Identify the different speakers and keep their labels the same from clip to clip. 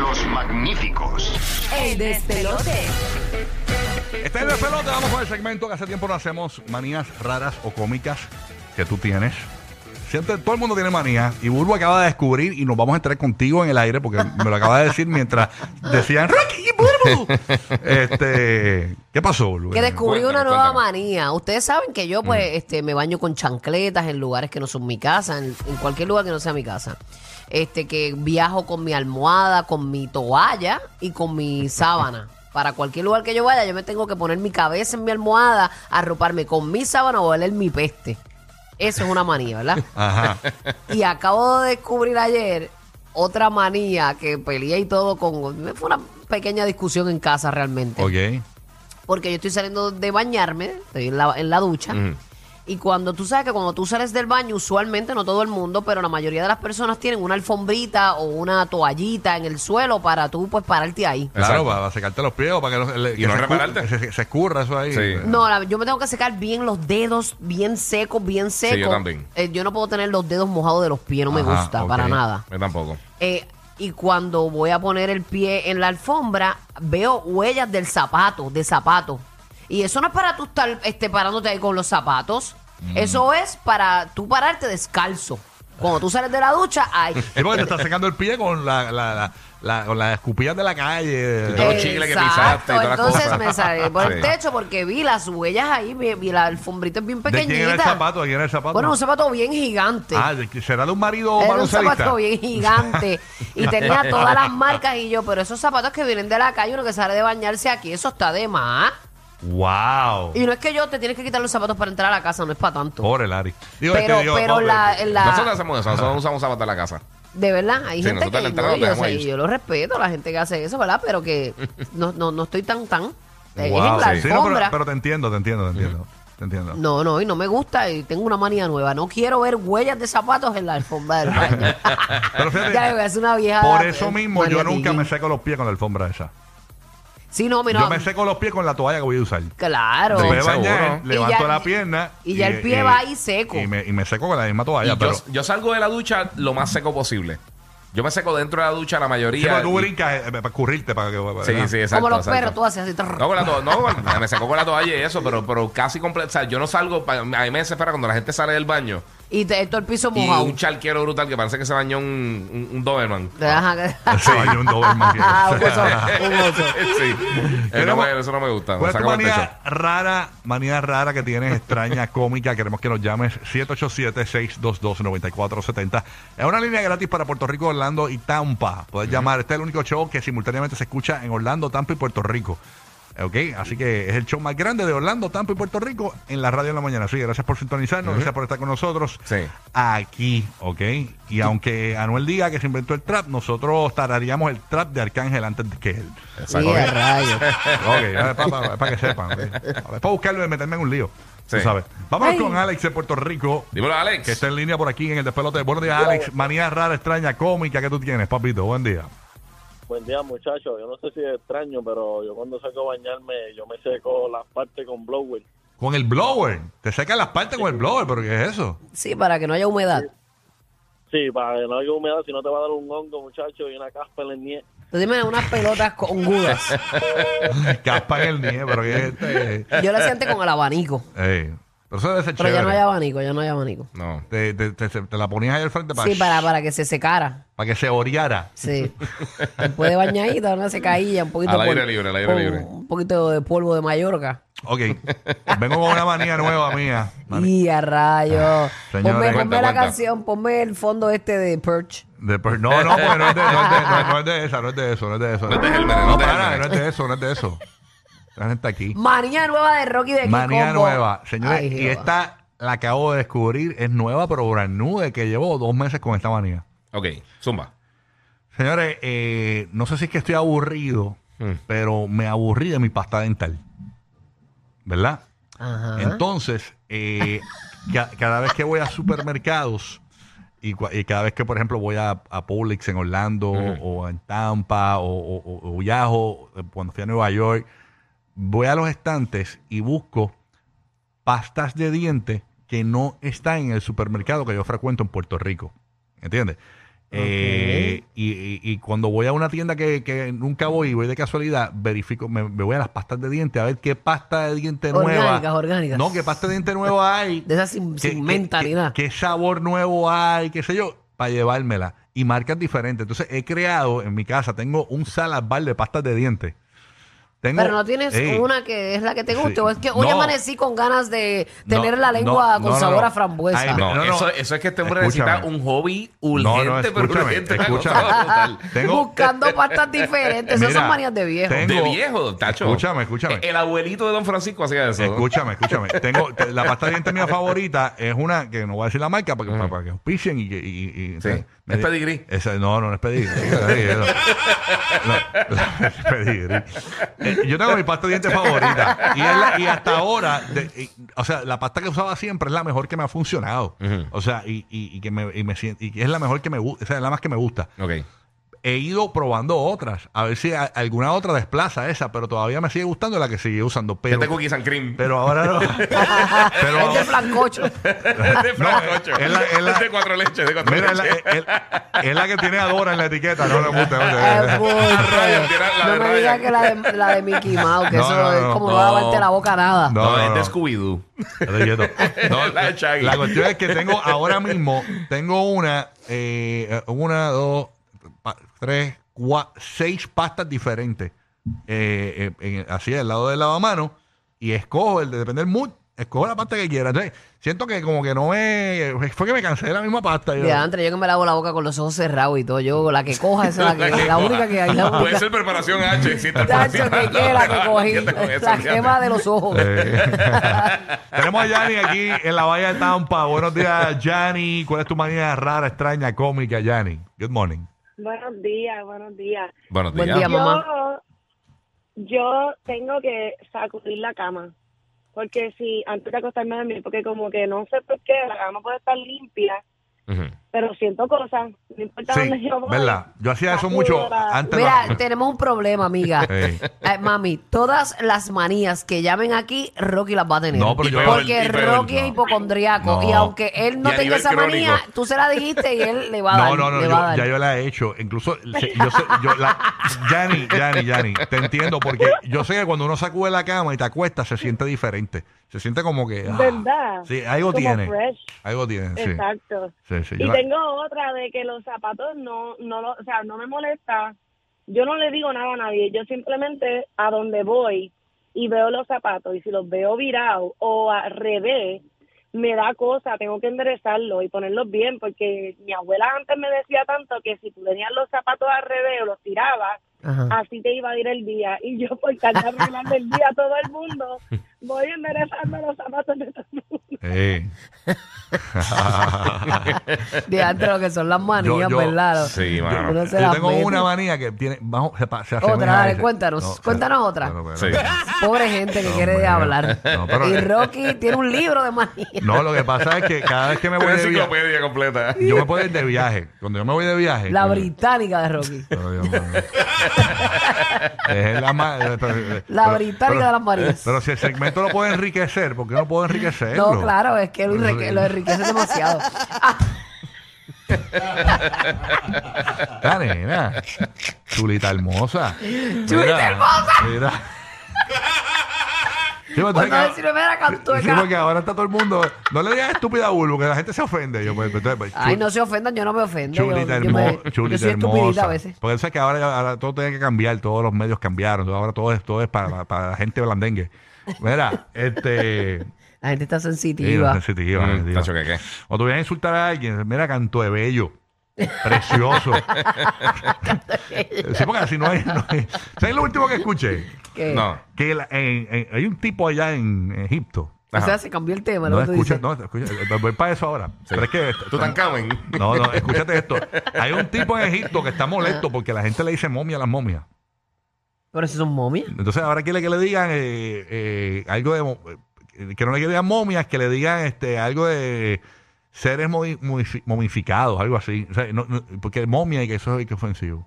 Speaker 1: Los magníficos.
Speaker 2: Este es de pelote, vamos con el segmento que hace tiempo no hacemos, manías raras o cómicas que tú tienes. Siempre, todo el mundo tiene manías y Burbu acaba de descubrir y nos vamos a entrar contigo en el aire porque me lo acaba de decir mientras decían Rocky y Burbu. Este, ¿Qué pasó, Burbu?
Speaker 3: Que descubrí
Speaker 1: Cuéntanos,
Speaker 3: una nueva
Speaker 1: cuéntanos.
Speaker 3: manía. Ustedes saben que yo, pues, este, me baño con chancletas en lugares que no son mi casa, en, en cualquier lugar que no sea mi casa. Este, que viajo con mi almohada, con mi toalla y con mi sábana. Para cualquier lugar que yo vaya, yo me tengo que poner mi cabeza en mi almohada, arroparme con mi sábana o oler mi peste. Eso es una manía, ¿verdad?
Speaker 2: Ajá.
Speaker 3: Y acabo de descubrir ayer otra manía que peleé y todo con... Fue una pequeña discusión en casa realmente
Speaker 2: ok.
Speaker 3: porque yo estoy saliendo de bañarme, estoy en la, en la ducha. Y cuando tú sabes que cuando tú sales del baño, usualmente no todo el mundo, pero la mayoría de las personas tienen una alfombrita o una toallita en el suelo para tú pues pararte ahí.
Speaker 2: Claro,
Speaker 4: Exacto.
Speaker 2: para, para secarte los pies o para que, no- le-
Speaker 4: Y
Speaker 2: que
Speaker 4: no
Speaker 2: se, escu-
Speaker 4: repararte.
Speaker 2: se, se- se escurra eso ahí. Eh,
Speaker 4: Sí.
Speaker 3: No, la- yo me tengo que secar bien los dedos, bien secos, bien secos.
Speaker 4: yo también.
Speaker 3: Eh, yo no puedo tener los dedos mojados de los pies, no me
Speaker 2: Ajá,
Speaker 3: gusta
Speaker 2: ok.
Speaker 3: para nada.
Speaker 4: Yo tampoco.
Speaker 3: Eh, y cuando voy a poner el pie en la alfombra, veo huellas del zapato, de zapato. Y eso no es para tú estar este, parándote ahí con los zapatos.
Speaker 2: Mm.
Speaker 3: Eso es para tú pararte descalzo. Cuando tú sales de la ducha, ay.
Speaker 2: Sí, porque te estás secando el pie con la, la, la, la- con las escupillas de la calle.
Speaker 4: todos los chicles que pisaste y todas las
Speaker 3: Entonces
Speaker 4: cosas.
Speaker 3: me salí por el
Speaker 4: Sí.
Speaker 3: techo porque vi las huellas ahí, vi, vi la alfombrita es bien
Speaker 2: ¿De
Speaker 3: pequeñita.
Speaker 2: quién era el zapato? ¿De quién era el zapato?
Speaker 3: Bueno, un zapato bien gigante.
Speaker 2: Ah, ¿de- ¿será de un marido
Speaker 3: Este. Era un
Speaker 2: baloncelista?
Speaker 3: zapato bien gigante y tenía todas las marcas y yo, pero esos zapatos que vienen de la calle, uno que sale de bañarse aquí, eso está de más.
Speaker 2: ¡Wow!
Speaker 3: Y no es que yo te tienes que quitar los zapatos para entrar a la casa, no es para tanto.
Speaker 2: Pobre Larry. Digo,
Speaker 3: pero
Speaker 2: este, digo,
Speaker 3: pero
Speaker 2: pobre.
Speaker 3: la, la-
Speaker 4: Nosotros hacemos eso, nosotros usamos zapatos de la casa.
Speaker 3: de verdad, hay
Speaker 4: Sí,
Speaker 3: gente
Speaker 4: nosotros
Speaker 3: que
Speaker 4: le
Speaker 3: no,
Speaker 4: entramos,
Speaker 3: yo,
Speaker 4: dejamos
Speaker 3: sé,
Speaker 4: ahí.
Speaker 3: yo lo respeto, la gente que hace eso, ¿verdad? Pero que no, no, no estoy tan tan. Eh, es
Speaker 2: Wow.
Speaker 3: en la
Speaker 2: Sí, no, pero,
Speaker 3: alfombra.
Speaker 2: pero te entiendo, te entiendo, te entiendo. Te entiendo.
Speaker 3: No, no, y no me gusta y tengo una manía nueva. No quiero ver huellas de zapatos en la alfombra del baño.
Speaker 2: Pero fíjate,
Speaker 3: ya me voy a hacer una vieja.
Speaker 2: por eso mismo yo
Speaker 3: maniatilla.
Speaker 2: nunca me seco los pies con la alfombra esa.
Speaker 3: Sí, no, mi no.
Speaker 2: Yo me seco los pies con la toalla que voy a usar.
Speaker 3: Claro.
Speaker 2: Me voy a
Speaker 4: seguro.
Speaker 2: bañar,
Speaker 3: Y
Speaker 2: levanto
Speaker 3: ya-
Speaker 2: la pierna.
Speaker 3: y ya el pie va ahí seco.
Speaker 2: Y me, y me seco con la misma
Speaker 4: Y
Speaker 2: toalla.
Speaker 4: yo,
Speaker 2: Ah, pero
Speaker 4: yo salgo de la ducha lo más seco posible. Yo me seco dentro de la ducha la
Speaker 2: Sí,
Speaker 4: mayoría.
Speaker 2: porque tú
Speaker 4: y-
Speaker 2: brincas eh, para escurrirte. Para que,
Speaker 4: sí,
Speaker 2: ¿verdad?
Speaker 4: sí, exacto.
Speaker 3: Como los
Speaker 4: exacto.
Speaker 3: perros, tú haces así. trrr.
Speaker 4: No, con la to- no, con- me seco con la toalla y eso, pero, pero casi completo. O sea, yo no salgo. pa- A mí me desespera cuando la gente sale del baño
Speaker 3: Y te, todo el piso
Speaker 4: y
Speaker 3: mojado.
Speaker 4: un charquero brutal que parece que se bañó un, un, un Doberman.
Speaker 3: Te dejan-
Speaker 2: Se bañó un Doberman, que-
Speaker 3: Ah, un oso, un oso.
Speaker 4: sí. Eh, no me- eso no me gusta.
Speaker 2: ¿Cuál
Speaker 4: Me
Speaker 2: es tu
Speaker 4: saco por el techo.
Speaker 2: manía rara, manía rara que tienes, extraña, cómica? Queremos que nos llames 787-622-9470. Es una línea gratis para Puerto Rico, Orlando y Tampa. Puedes llamar. Este es el único show que simultáneamente se escucha en Orlando, Tampa y Puerto Rico. ¿Ok? Así que es el show más grande de Orlando, Tampa y Puerto Rico en la radio en la mañana. Así que gracias por sintonizarnos, gracias por estar con nosotros
Speaker 4: Sí.
Speaker 2: aquí, ¿ok? Y aunque Anuel diga que se inventó el trap, nosotros tararíamos el trap de Arcángel antes que él.
Speaker 3: Y a rayos.
Speaker 2: Ok, para que sepan. ok. A ver, Para buscarlo y meterme en un lío. tú
Speaker 4: Sí.
Speaker 2: sabes. Vamos
Speaker 3: Ay.
Speaker 2: con Alex de Puerto Rico,
Speaker 4: Dímelo, Alex.
Speaker 2: que está en línea por aquí en el despelote. Buenos días, Alex. Manía rara, extraña, cómica que tú tienes, papito. Buen día.
Speaker 5: Buen día, muchachos. Yo no sé si es extraño, pero yo cuando saco a bañarme, yo me seco las partes con blower.
Speaker 2: Con el blower. Te secan las partes con el blower, pero ¿qué es eso?
Speaker 3: Sí, para que no haya humedad.
Speaker 5: Sí, para que no haya humedad, si no te va a dar un hongo, muchachos, y una caspa en el nie.
Speaker 3: Tú dime unas pelotas congudas.
Speaker 2: Caspa en el nieve, pero ¿qué es este?
Speaker 3: Yo las siente con el abanico.
Speaker 2: Ey, pero Pero eso debe ser
Speaker 3: Pero ya no
Speaker 2: chévere.
Speaker 3: hay abanico, ya no hay abanico.
Speaker 4: No.
Speaker 2: te, te- te- te la ponías ahí al frente para,
Speaker 3: Sí, para, para que se secara.
Speaker 2: para que se oreara.
Speaker 3: Sí. Después de bañadita, una secailla, un poquito
Speaker 4: Al
Speaker 3: de
Speaker 4: aire
Speaker 3: polvo-
Speaker 4: libre, al aire
Speaker 3: un-
Speaker 4: libre.
Speaker 3: Un poquito de polvo de Mallorca.
Speaker 2: Ok. Vengo con una manía nueva mía. Mani-
Speaker 3: Y a rayo.
Speaker 2: Señores.
Speaker 3: ponme ponme
Speaker 4: Ah, Cuenta,
Speaker 3: la
Speaker 4: cuenta.
Speaker 3: canción, ponme el fondo este de Perch.
Speaker 2: de per- no, no, pues no es, de, no, es de, no es- no es de esa, no es de eso, no es de eso.
Speaker 4: No te dejes, nene,
Speaker 2: No,
Speaker 4: no te dejes,
Speaker 2: para,
Speaker 4: nene.
Speaker 2: no es de eso, no es de eso. La gente aquí.
Speaker 3: Manía nueva de Rocky de Kid
Speaker 2: Manía
Speaker 3: Combo.
Speaker 2: nueva. Señores,
Speaker 3: Ay,
Speaker 2: y
Speaker 3: Jehová.
Speaker 2: esta la acabo de descubrir. Es nueva, pero brand new, de que llevo dos meses con esta manía.
Speaker 4: Ok, zumba.
Speaker 2: Señores, eh, no sé si es que estoy aburrido,
Speaker 4: Mm.
Speaker 2: pero me aburrí de mi pasta dental. ¿Verdad?
Speaker 3: Ajá.
Speaker 2: Entonces, eh, ca- cada vez que voy a supermercados y, cua- y cada vez que, por ejemplo, voy a, a Publix en Orlando o en Tampa o, o- o- o Yahoo, eh, cuando fui a Nueva York, voy a los estantes y busco pastas de dientes que no están en el supermercado que yo frecuento en Puerto Rico. ¿Entiendes? Eh, y, y- y cuando voy a una tienda que, que nunca voy y voy de casualidad, verifico, me, me voy a las pastas de dientes a ver qué pasta de dientes nueva.
Speaker 3: Orgánicas, orgánicas.
Speaker 2: No, qué pasta de dientes nueva hay.
Speaker 3: De esas sin,
Speaker 2: ¿Qué-
Speaker 3: sin
Speaker 2: qué-
Speaker 3: mentalidad.
Speaker 2: qué- qué sabor nuevo hay, qué sé yo, para llevármela. Y marcas diferentes. Entonces he creado en mi casa, tengo un salad bar de pastas de dientes. Tengo-
Speaker 3: Pero no tienes
Speaker 2: Ey.
Speaker 3: una que es la que te guste.
Speaker 2: Sí.
Speaker 3: O es que hoy
Speaker 2: No.
Speaker 3: amanecí con ganas de
Speaker 2: No,
Speaker 3: tener la lengua
Speaker 2: no,
Speaker 3: con
Speaker 2: no,
Speaker 3: sabor
Speaker 2: no.
Speaker 3: a frambuesa.
Speaker 2: Ay,
Speaker 4: No,
Speaker 2: Ah, No, no.
Speaker 4: Eso, eso es que este hombre
Speaker 2: Escúchame.
Speaker 4: necesita un hobby
Speaker 2: No,
Speaker 4: urgente,
Speaker 2: no,
Speaker 4: pero
Speaker 2: escúchame,
Speaker 4: urgente. una
Speaker 2: escúchame.
Speaker 4: cosa brutal.
Speaker 2: Tengo-
Speaker 3: Buscando pastas diferentes. Esas
Speaker 2: Mira,
Speaker 3: son manías de viejo.
Speaker 2: tengo-
Speaker 4: De viejo, tacho.
Speaker 2: Escúchame, escúchame.
Speaker 4: El abuelito de Don Francisco hacía eso.
Speaker 2: Escúchame, escúchame. Tengo te- la pasta de dientes mía favorita es una que no voy a decir la marca porque para, para que auspicien y que y, y- y-
Speaker 4: Sí.
Speaker 2: me-
Speaker 4: ¿Es pedigrí?
Speaker 2: Esa- no, no, no es pedigrí. Es pedigrí, no. No, la- es pedigrí. Eh, yo tengo mi pasta de dientes favorita y, es la- y hasta ahora, de- y- o sea, la pasta que usaba siempre es la mejor que me ha funcionado. O sea, y, y- y que me, y me sien- y que es la mejor que me gusta, o sea, es la más que me gusta
Speaker 4: Ok.
Speaker 2: he ido probando otras. A ver si a- alguna otra desplaza esa, pero todavía me sigue gustando la que sigue usando.
Speaker 4: Este
Speaker 2: Pero,
Speaker 4: cookies and cream.
Speaker 2: pero ahora no. pero
Speaker 3: es de
Speaker 2: ahora-
Speaker 3: flancocho.
Speaker 4: Este es francocho.
Speaker 2: es la- es la-
Speaker 4: Este es cuatro leches. De cuatro
Speaker 2: mira, es la, eh,
Speaker 4: leches.
Speaker 2: es- es- es la que tiene Adora en la etiqueta. No le gusta. no le
Speaker 3: Ay,
Speaker 2: gusta.
Speaker 3: puta.
Speaker 4: Ryan, tira la de
Speaker 3: no me digas
Speaker 4: Ryan.
Speaker 3: que la de, la de Mickey Mouse, que
Speaker 2: No,
Speaker 3: eso
Speaker 2: no, no,
Speaker 3: es como
Speaker 4: no.
Speaker 3: no, lavarte la boca nada.
Speaker 2: No,
Speaker 4: No,
Speaker 2: no,
Speaker 4: es de
Speaker 2: no.
Speaker 4: Scooby-Doo.
Speaker 2: Estoy quieto. No,
Speaker 4: La de Shaggy.
Speaker 2: la cuestión es que tengo ahora mismo, tengo una, eh, una, dos, pa- tres, cuatro, seis pastas diferentes. eh, eh, en- así al lado del lavamano. Y escojo, el, de- depende del mood, escojo la pasta que quiera. Entonces, siento que como que no me. Fue que me cansé de la misma pasta. Yo-
Speaker 3: De antes, yo que me lavo la boca con los ojos cerrados y todo. Yo, la que coja, esa es la, que, la única que hay. La
Speaker 4: Puede
Speaker 3: única.
Speaker 4: ser preparación H. Si te
Speaker 3: Tacho, que quiera que cogí. La gema de los ojos.
Speaker 2: Eh, Tenemos a Yanni aquí en la Bahía de Tampa. Buenos días, Yanni. ¿Cuál es tu manera rara, extraña, cómica, Yanni? Good morning.
Speaker 6: Buenos días, buenos días.
Speaker 4: Buenos
Speaker 3: Buen
Speaker 4: días.
Speaker 3: día, mamá.
Speaker 6: Yo, yo tengo que sacudir la cama. Porque si antes de acostarme a dormir, porque como que no sé por qué, la cama puede estar limpia,
Speaker 4: Ujú.
Speaker 6: pero siento cosas. No importa dónde
Speaker 2: Sí,
Speaker 6: yo voy.
Speaker 2: ¿verdad? Yo hacía eso
Speaker 6: sacudo
Speaker 2: mucho
Speaker 6: la-
Speaker 2: antes.
Speaker 3: Mira,
Speaker 2: no-
Speaker 3: tenemos un problema, amiga.
Speaker 2: Ey.
Speaker 3: Eh, mami, todas las manías que llamen aquí, Rocky las va a tener.
Speaker 2: No, pero
Speaker 4: Y
Speaker 2: yo-
Speaker 4: peor,
Speaker 3: Porque
Speaker 4: y peor,
Speaker 3: Rocky
Speaker 4: no.
Speaker 3: es hipocondriaco.
Speaker 2: No.
Speaker 3: Y aunque él no
Speaker 4: Y a
Speaker 3: tenga
Speaker 4: nivel
Speaker 3: esa
Speaker 4: crónico.
Speaker 3: manía, tú se la dijiste y él le va a dar.
Speaker 2: No, no, no,
Speaker 3: le
Speaker 2: yo-
Speaker 3: va a dar.
Speaker 2: ya yo la he hecho. Incluso, se- yo sé, yo la, Yanni, Yanni, Yanni, te entiendo porque yo sé que cuando uno sacude la cama y te acuestas se siente diferente. Se siente como que... ah,
Speaker 6: ¿Verdad?
Speaker 2: Sí, algo
Speaker 6: Como
Speaker 2: tiene.
Speaker 6: fresh.
Speaker 2: Algo tiene, sí.
Speaker 6: Exacto.
Speaker 2: Sí, sí, yo
Speaker 6: Y
Speaker 2: la-
Speaker 6: tengo otra de que los zapatos no, no, lo- o sea, no me molesta. Yo no le digo nada a nadie. Yo simplemente a donde voy y veo los zapatos y si los veo virados o al revés, me da cosa. Tengo que enderezarlos y ponerlos bien porque mi abuela antes me decía tanto que si tú tenías los zapatos al revés o los tirabas,
Speaker 3: Ajá.
Speaker 6: así te iba a ir el día. Y yo por estar arreglando el día a todo el mundo, voy enderezando los zapatos de todo el mundo.
Speaker 2: Eh.
Speaker 3: De antes lo que son las manías,
Speaker 2: yo-
Speaker 3: ¿verdad?
Speaker 4: sí, mano.
Speaker 3: Uno se
Speaker 2: Yo
Speaker 3: las
Speaker 2: tengo
Speaker 3: mete.
Speaker 2: una manía que tiene... Bajo, se, pa- se
Speaker 3: Otra,
Speaker 2: asemeja a
Speaker 3: dale,
Speaker 2: ese.
Speaker 3: cuéntanos,
Speaker 2: o sea,
Speaker 3: cuéntanos otra.
Speaker 2: bueno, bueno.
Speaker 4: Sí.
Speaker 3: Pobre gente que
Speaker 2: No,
Speaker 3: quiere
Speaker 2: hombre.
Speaker 3: hablar.
Speaker 2: No, pero-
Speaker 3: Y Rocky tiene un libro de manías.
Speaker 2: No, lo que pasa es que cada vez que me voy
Speaker 4: Una
Speaker 2: de viaje...
Speaker 4: enciclopedia completa.
Speaker 2: Yo me puedo ir de viaje. Cuando yo me voy de viaje...
Speaker 3: La
Speaker 2: eh,
Speaker 3: británica de Rocky.
Speaker 2: Pero, Dios mío. Es la ma- eh, pero-
Speaker 3: La
Speaker 2: pero-
Speaker 3: británica
Speaker 2: pero- eh,
Speaker 3: de las Marías.
Speaker 2: Pero si el segmento lo puede enriquecer, ¿por qué no puedo enriquecerlo?
Speaker 3: No, claro, es que lo enrique- lo enriquece demasiado.
Speaker 2: La nena. Chulita hermosa. Chulita
Speaker 3: hermosa.
Speaker 2: Mira. pero
Speaker 3: Cuando
Speaker 2: entonces-
Speaker 3: decirme, mira, cantueca.
Speaker 2: Sí, porque ahora está todo el mundo. No le digas estúpida a Bulbo, que la gente se ofende. Yo, pues, entonces, pues,
Speaker 3: Ay,
Speaker 2: chu-
Speaker 3: no se ofendan, yo no me ofendo. Yo-
Speaker 2: Chulita
Speaker 3: yo, me-
Speaker 2: hermosa.
Speaker 3: yo
Speaker 2: Chulita
Speaker 3: soy estupidita
Speaker 2: hermosa.
Speaker 3: a veces.
Speaker 2: Porque eso es que ahora, ahora todo tiene que cambiar, todos los medios cambiaron. Ahora todo es, todo es para, para la gente blandengue. Mira, este.
Speaker 3: La gente está
Speaker 2: sí, no,
Speaker 3: sensitiva.
Speaker 2: sensitiva,
Speaker 4: Mm,
Speaker 2: sensitiva.
Speaker 4: tacho, ¿qué, qué?
Speaker 2: O te voy a insultar a alguien. Mira, canto de bello. Precioso. sí, porque así no hay. No hay- ¿Sabes lo último que escuché?
Speaker 3: ¿Qué?
Speaker 4: No.
Speaker 2: Que la- en- en- hay un tipo allá en Egipto.
Speaker 3: O sea, se cambió el tema.
Speaker 2: No
Speaker 3: lo que tú
Speaker 2: escucha,
Speaker 3: dices.
Speaker 2: no, escucha, eh, voy para eso ahora. Pero es que
Speaker 4: Tú tan caben.
Speaker 2: no, no, escúchate esto. Hay un tipo en Egipto que está
Speaker 3: Ah.
Speaker 2: molesto porque la gente le dice momia a las momias.
Speaker 3: Pero eso son momias.
Speaker 2: Entonces ahora quiere que le digan eh, eh, algo de... mo- eh, Que no le digan momias, que le digan este algo de seres momi- momifi- momificados, algo así. O sea, no- no, porque momia y que eso es que es ofensivo.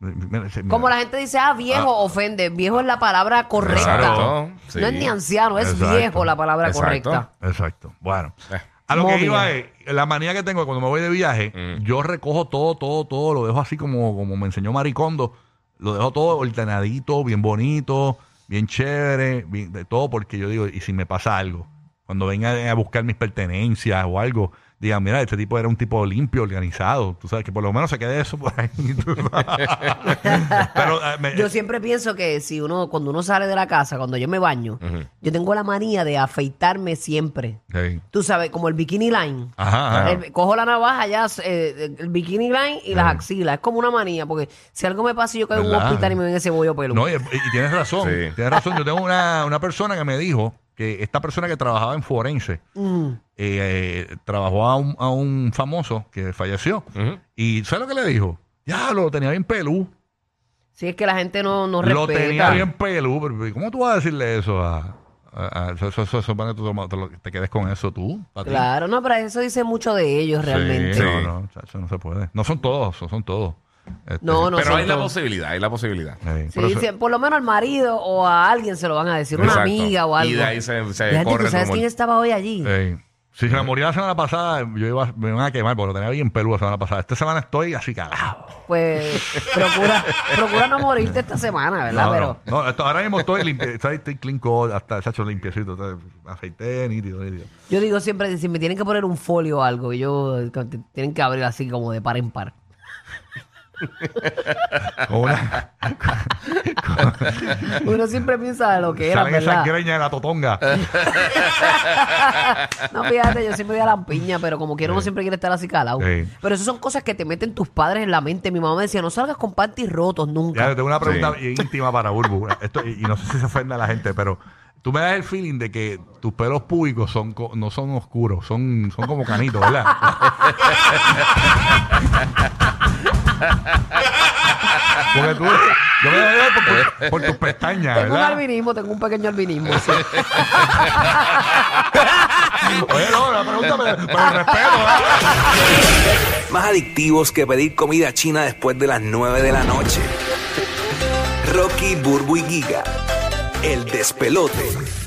Speaker 2: Mira, se- mira.
Speaker 3: Como la gente dice, ah, viejo ofende. Viejo es la palabra correcta.
Speaker 4: Exacto.
Speaker 3: No es
Speaker 4: Sí.
Speaker 3: ni anciano, es
Speaker 2: Exacto.
Speaker 3: viejo la palabra
Speaker 4: Exacto.
Speaker 3: correcta.
Speaker 2: Exacto. Bueno.
Speaker 4: Eh.
Speaker 2: A lo
Speaker 3: Momia.
Speaker 2: que iba es, la manía que tengo cuando me voy de viaje, yo recojo todo, todo, todo, lo dejo así como, como me enseñó Maricondo, lo dejo todo ordenadito, bien bonito, bien chévere, bien- de todo, porque yo digo, y si me pasa algo, cuando vengan a buscar mis pertenencias o algo, digan, mira, este tipo era un tipo limpio, organizado, tú sabes, que por lo menos se quede eso por ahí. Pero, eh, me-
Speaker 3: Yo siempre pienso que si uno, cuando uno sale de la casa, cuando yo me baño, yo tengo la manía de afeitarme siempre.
Speaker 2: Sí.
Speaker 3: Tú sabes, como el bikini line.
Speaker 2: Ajá, ajá.
Speaker 3: El- cojo la navaja ya, eh, el bikini line y las axilas. Es como una manía, porque si algo me pasa y yo caigo en un
Speaker 2: ¿Verdad?
Speaker 3: hospital y me ven ese bollo pelo.
Speaker 2: No, y, y tienes razón.
Speaker 4: Sí.
Speaker 2: Tienes razón. Yo tengo una, una persona que me dijo que esta persona que trabajaba en forense
Speaker 3: Mm.
Speaker 2: eh, eh, trabajó a un, a un famoso que falleció. Y ¿sabes lo que le dijo? Ya, lo tenía bien pelú.
Speaker 3: Si es que la gente no, no
Speaker 2: lo
Speaker 3: respeta.
Speaker 2: tenía bien pelú. Pero, pero, ¿Cómo tú vas a decirle eso a.? a- a- eso, eso, eso, eso, para que tú te lo- te quedes con eso tú. pa' ti?
Speaker 3: Claro, no, pero eso dice mucho de ellos realmente.
Speaker 2: Sí,
Speaker 4: Sí.
Speaker 2: No, no, chacho, no se puede. No son todos, son, son todos. Este,
Speaker 3: No, no
Speaker 4: Pero
Speaker 3: son
Speaker 4: hay la
Speaker 3: todos.
Speaker 4: posibilidad, hay la posibilidad.
Speaker 2: eh,
Speaker 3: Sí,
Speaker 2: pero eso-
Speaker 3: sí, por lo menos al marido o a alguien se lo van a decir, una
Speaker 4: Exacto.
Speaker 3: amiga o algo.
Speaker 4: Y de ahí se, se
Speaker 3: Fíjate,
Speaker 4: corre
Speaker 3: ¿tú
Speaker 4: el
Speaker 3: sabes
Speaker 4: rumor.
Speaker 3: quién estaba hoy allí?
Speaker 2: Ey. Si se me murió la semana pasada, yo iba, me iban a quemar porque lo tenía bien peludo la semana pasada. Esta semana estoy así calado.
Speaker 3: Pues procura, procura no morirte esta semana, ¿verdad?
Speaker 2: No,
Speaker 3: pero
Speaker 2: no, no, esto- ahora mismo estoy limpio, estoy, estoy clean coat, hasta se ha hecho limpiecito, está- me afeité, nítido, nítido.
Speaker 3: yo digo siempre, si me tienen que poner un folio o algo, yo eh, te- tienen que abrir así como de par en par.
Speaker 2: Con una-
Speaker 3: Uno siempre piensa de lo que era,
Speaker 2: salen esas
Speaker 3: ¿verdad?
Speaker 2: greñas de la totonga.
Speaker 3: No, fíjate, yo siempre voy a la piña, pero como quiero, uno siempre quiere estar así calado.
Speaker 2: Sí.
Speaker 3: Pero eso son cosas que te meten tus padres en la mente. Mi mamá me decía, no salgas con panties rotos
Speaker 2: Ya,
Speaker 3: nunca.
Speaker 2: yo tengo una pregunta bien íntima para Burbu. Esto, y, y no sé si se ofende a la gente, pero tú me das el feeling de que tus pelos públicos son co- no son oscuros, son, son como canitos, ¿verdad? porque tú. Yo me doy por, por, por tus pestañas,
Speaker 3: Tengo un
Speaker 2: ¿verdad?
Speaker 3: albinismo, tengo un pequeño albinismo. sí.
Speaker 2: Oye, no, la pregunta, pero, pero respeto, ¿verdad?
Speaker 7: Más adictivos que pedir comida china después de las 9 de la noche. Rocky, Burbu y Giga. El despelote.